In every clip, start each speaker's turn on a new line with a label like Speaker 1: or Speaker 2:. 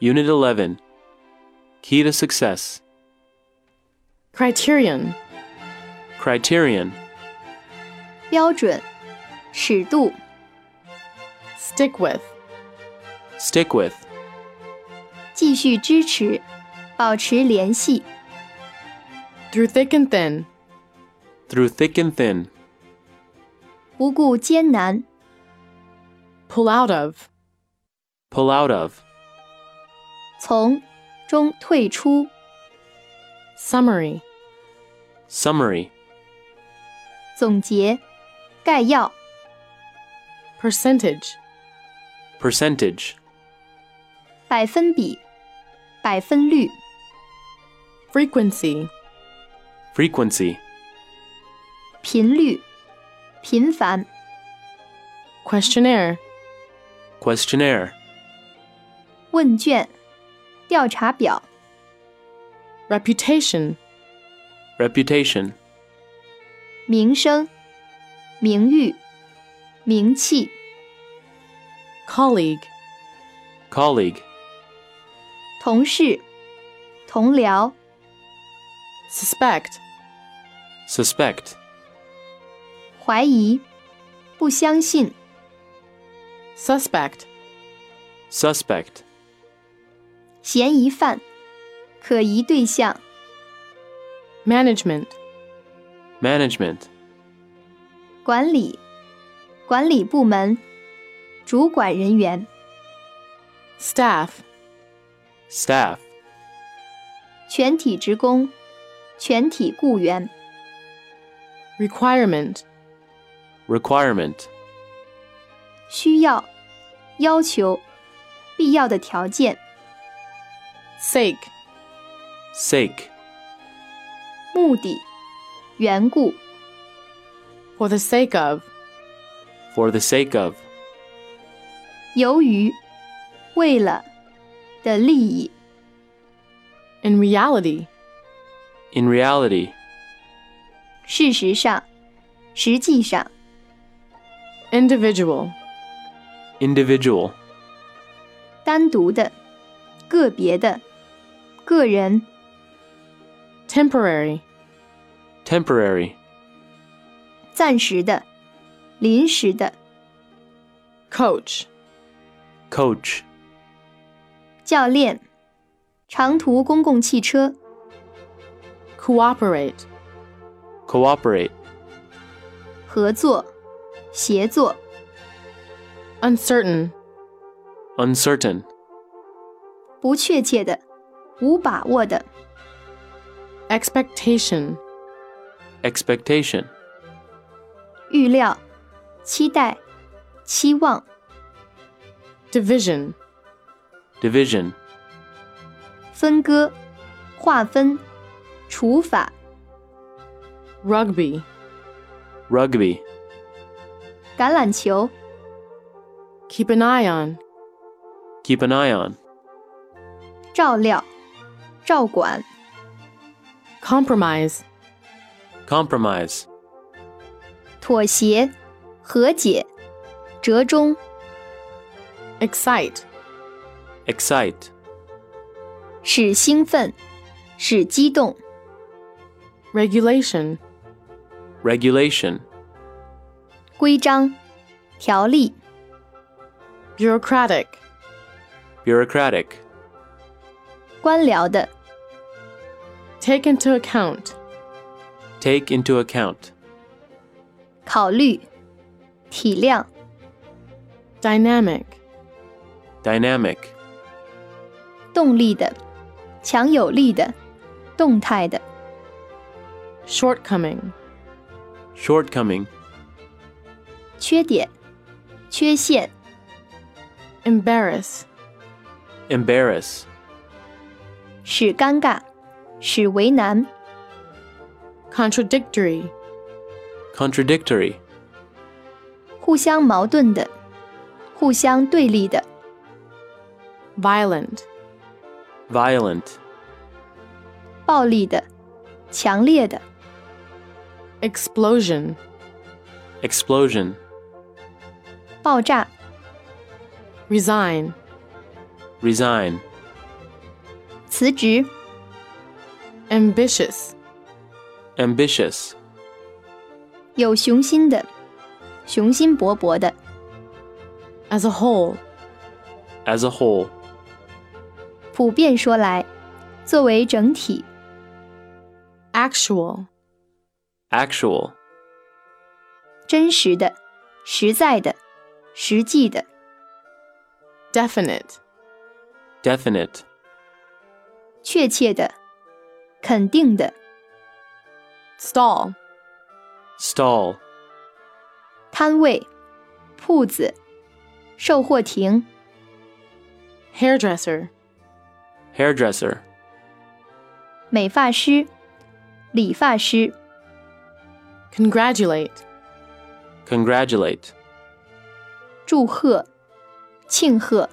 Speaker 1: Unit 11 Key to Success
Speaker 2: criterion,
Speaker 1: Criterion
Speaker 3: 标准、尺度、
Speaker 2: stick with,
Speaker 1: Stick with
Speaker 3: 继续支持、保持联系、
Speaker 2: through thick and thin,
Speaker 1: Through Thick and Thin
Speaker 3: 不顾艰难、
Speaker 2: pull out of,
Speaker 1: Pull Out of
Speaker 3: 从中退出、
Speaker 2: summary,
Speaker 1: Summary
Speaker 3: 总结、概要、
Speaker 2: percentage,
Speaker 1: Percentage
Speaker 3: 百分比、百分率、
Speaker 2: frequency,
Speaker 1: Frequency
Speaker 3: 频率、频繁、
Speaker 2: questionnaire,
Speaker 1: Questionnaire
Speaker 3: 问卷、调查表、
Speaker 2: reputation,
Speaker 1: Reputation
Speaker 3: 名声、名誉、名气、
Speaker 2: colleague,
Speaker 1: Colleague
Speaker 3: 同事、同僚、
Speaker 2: suspect,
Speaker 1: Suspect
Speaker 3: 怀疑、不相信、
Speaker 2: suspect,
Speaker 1: Suspect
Speaker 3: 嫌疑犯、可疑对象、
Speaker 2: management,
Speaker 1: Management
Speaker 3: 管理、管理部门、主管人员、
Speaker 2: staff,
Speaker 1: Staff
Speaker 3: 全体职工、全体雇员、
Speaker 2: requirement,
Speaker 1: Requirement
Speaker 3: 需要、要求、必要的条件、
Speaker 2: sake,
Speaker 1: Sake
Speaker 3: 目的、缘故、
Speaker 2: for the sake of,
Speaker 1: For the sake of
Speaker 3: 由于、为了的利益、
Speaker 2: in reality,
Speaker 1: In reality
Speaker 3: 事实上、实际上、
Speaker 2: individual,
Speaker 1: Individual
Speaker 3: 单独的、个别的、个人、
Speaker 2: temporary,
Speaker 1: Temporary
Speaker 3: 暂时的、临时的、
Speaker 2: coach,
Speaker 1: Coach
Speaker 3: 教练、长途公共汽车、
Speaker 2: cooperate,
Speaker 1: Cooperate
Speaker 3: 合作、协作、
Speaker 2: uncertain,
Speaker 1: Uncertain
Speaker 3: 不确切的、无把握的、
Speaker 2: expectation,
Speaker 1: Expectation
Speaker 3: 预料、期待、期望、
Speaker 2: division,
Speaker 1: Division
Speaker 3: 分割、划分、除法、
Speaker 2: rugby,
Speaker 1: Rugby
Speaker 3: 橄榄球、
Speaker 2: keep an eye on,
Speaker 1: Keep an eye on
Speaker 3: 照料、照管、
Speaker 2: compromise,
Speaker 1: Compromise
Speaker 3: 妥协、和解、折中、
Speaker 2: excite,
Speaker 1: Excite
Speaker 3: 使兴奋、使激动、
Speaker 2: regulation,
Speaker 1: Regulation
Speaker 3: 规章、条例、
Speaker 2: bureaucratic,
Speaker 1: Bureaucratic
Speaker 3: 官僚的、
Speaker 2: take into account,
Speaker 1: Take into account
Speaker 3: 考虑、体谅、
Speaker 2: dynamic,
Speaker 1: Dynamic
Speaker 3: 动力的、强有力的、动态的、
Speaker 2: shortcoming,
Speaker 1: Shortcoming
Speaker 3: 缺点、缺陷、
Speaker 2: embarrass,
Speaker 1: Embarrass
Speaker 3: 使尴尬、使为难、
Speaker 2: contradictory,
Speaker 1: Contradictory
Speaker 3: 互相矛盾的、互相对立的、
Speaker 2: violent,
Speaker 1: Violent
Speaker 3: 暴力的、强烈的、
Speaker 2: explosion,
Speaker 1: Explosion
Speaker 3: 爆炸、
Speaker 2: resign,
Speaker 1: Resign
Speaker 3: 辞职、
Speaker 2: ambitious,
Speaker 1: ambitious,
Speaker 3: 有雄心的、雄心勃勃的、
Speaker 2: as a whole,
Speaker 1: as a whole,
Speaker 3: 普遍说来，作为整体、
Speaker 2: actual,
Speaker 1: actual,
Speaker 3: 真实的、实在的、实际的、
Speaker 2: definite,
Speaker 1: definite,
Speaker 3: 确切的、肯定的、
Speaker 2: stall,
Speaker 1: stall,
Speaker 3: 摊位、铺子、售货亭、
Speaker 2: hairdresser,
Speaker 1: hairdresser,
Speaker 3: 美发师、理发师、
Speaker 2: congratulate,
Speaker 1: congratulate,
Speaker 3: 祝贺、庆贺、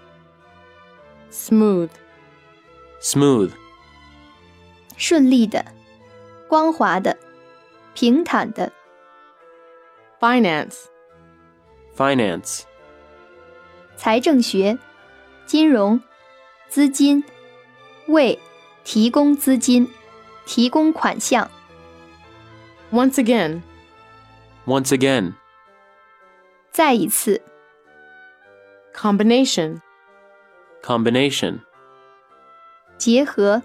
Speaker 2: smooth,
Speaker 1: smooth,
Speaker 3: 顺利的、光滑的、平坦的、
Speaker 2: finance,
Speaker 1: finance,
Speaker 3: 财政学、金融、资金、为提供资金、提供款项、
Speaker 2: once again,
Speaker 1: once again,
Speaker 3: 再一次、
Speaker 2: combination,
Speaker 1: combination,
Speaker 3: 结合、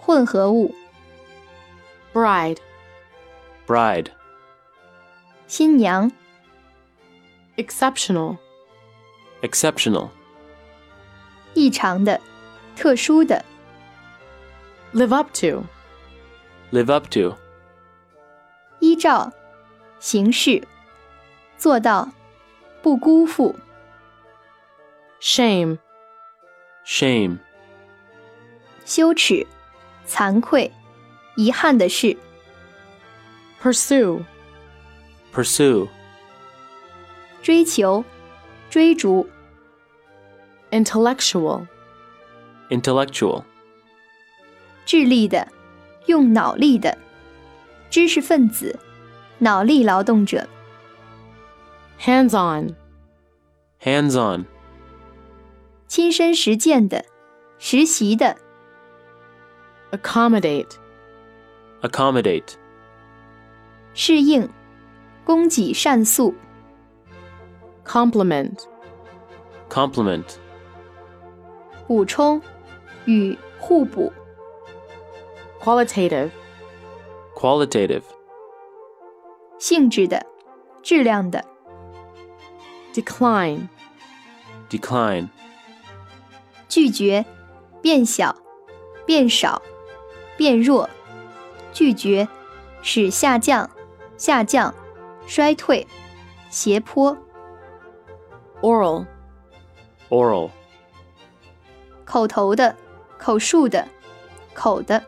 Speaker 3: 混合物、
Speaker 2: bride,
Speaker 1: bride,
Speaker 3: 新娘、
Speaker 2: exceptional,
Speaker 1: exceptional,
Speaker 3: 异常的、特殊的、
Speaker 2: live up to,
Speaker 1: live up to,
Speaker 3: 依照、形式、做到、不辜负、
Speaker 2: shame,
Speaker 1: shame,
Speaker 3: 羞耻、惭愧、遗憾的事、
Speaker 2: pursue,
Speaker 1: pursue,
Speaker 3: 追求、追逐、
Speaker 2: intellectual,
Speaker 1: intellectual,
Speaker 3: 智力的、用脑力的、知识分子、脑力劳动者、
Speaker 2: hands on,
Speaker 1: hands on,
Speaker 3: 亲身实践的、实习的、
Speaker 2: accommodate,
Speaker 1: accommodate,
Speaker 3: 适应、供给善诉、
Speaker 2: compliment,
Speaker 1: compliment,
Speaker 3: 补充与互补、
Speaker 2: qualitative,
Speaker 1: qualitative,
Speaker 3: 性质的、质量的、
Speaker 2: decline,
Speaker 1: decline,
Speaker 3: 拒绝、变小、变少、变弱、拒绝、使下降、下降、衰退、斜坡、
Speaker 2: oral,
Speaker 1: oral,
Speaker 3: 口头的、口述的、口的。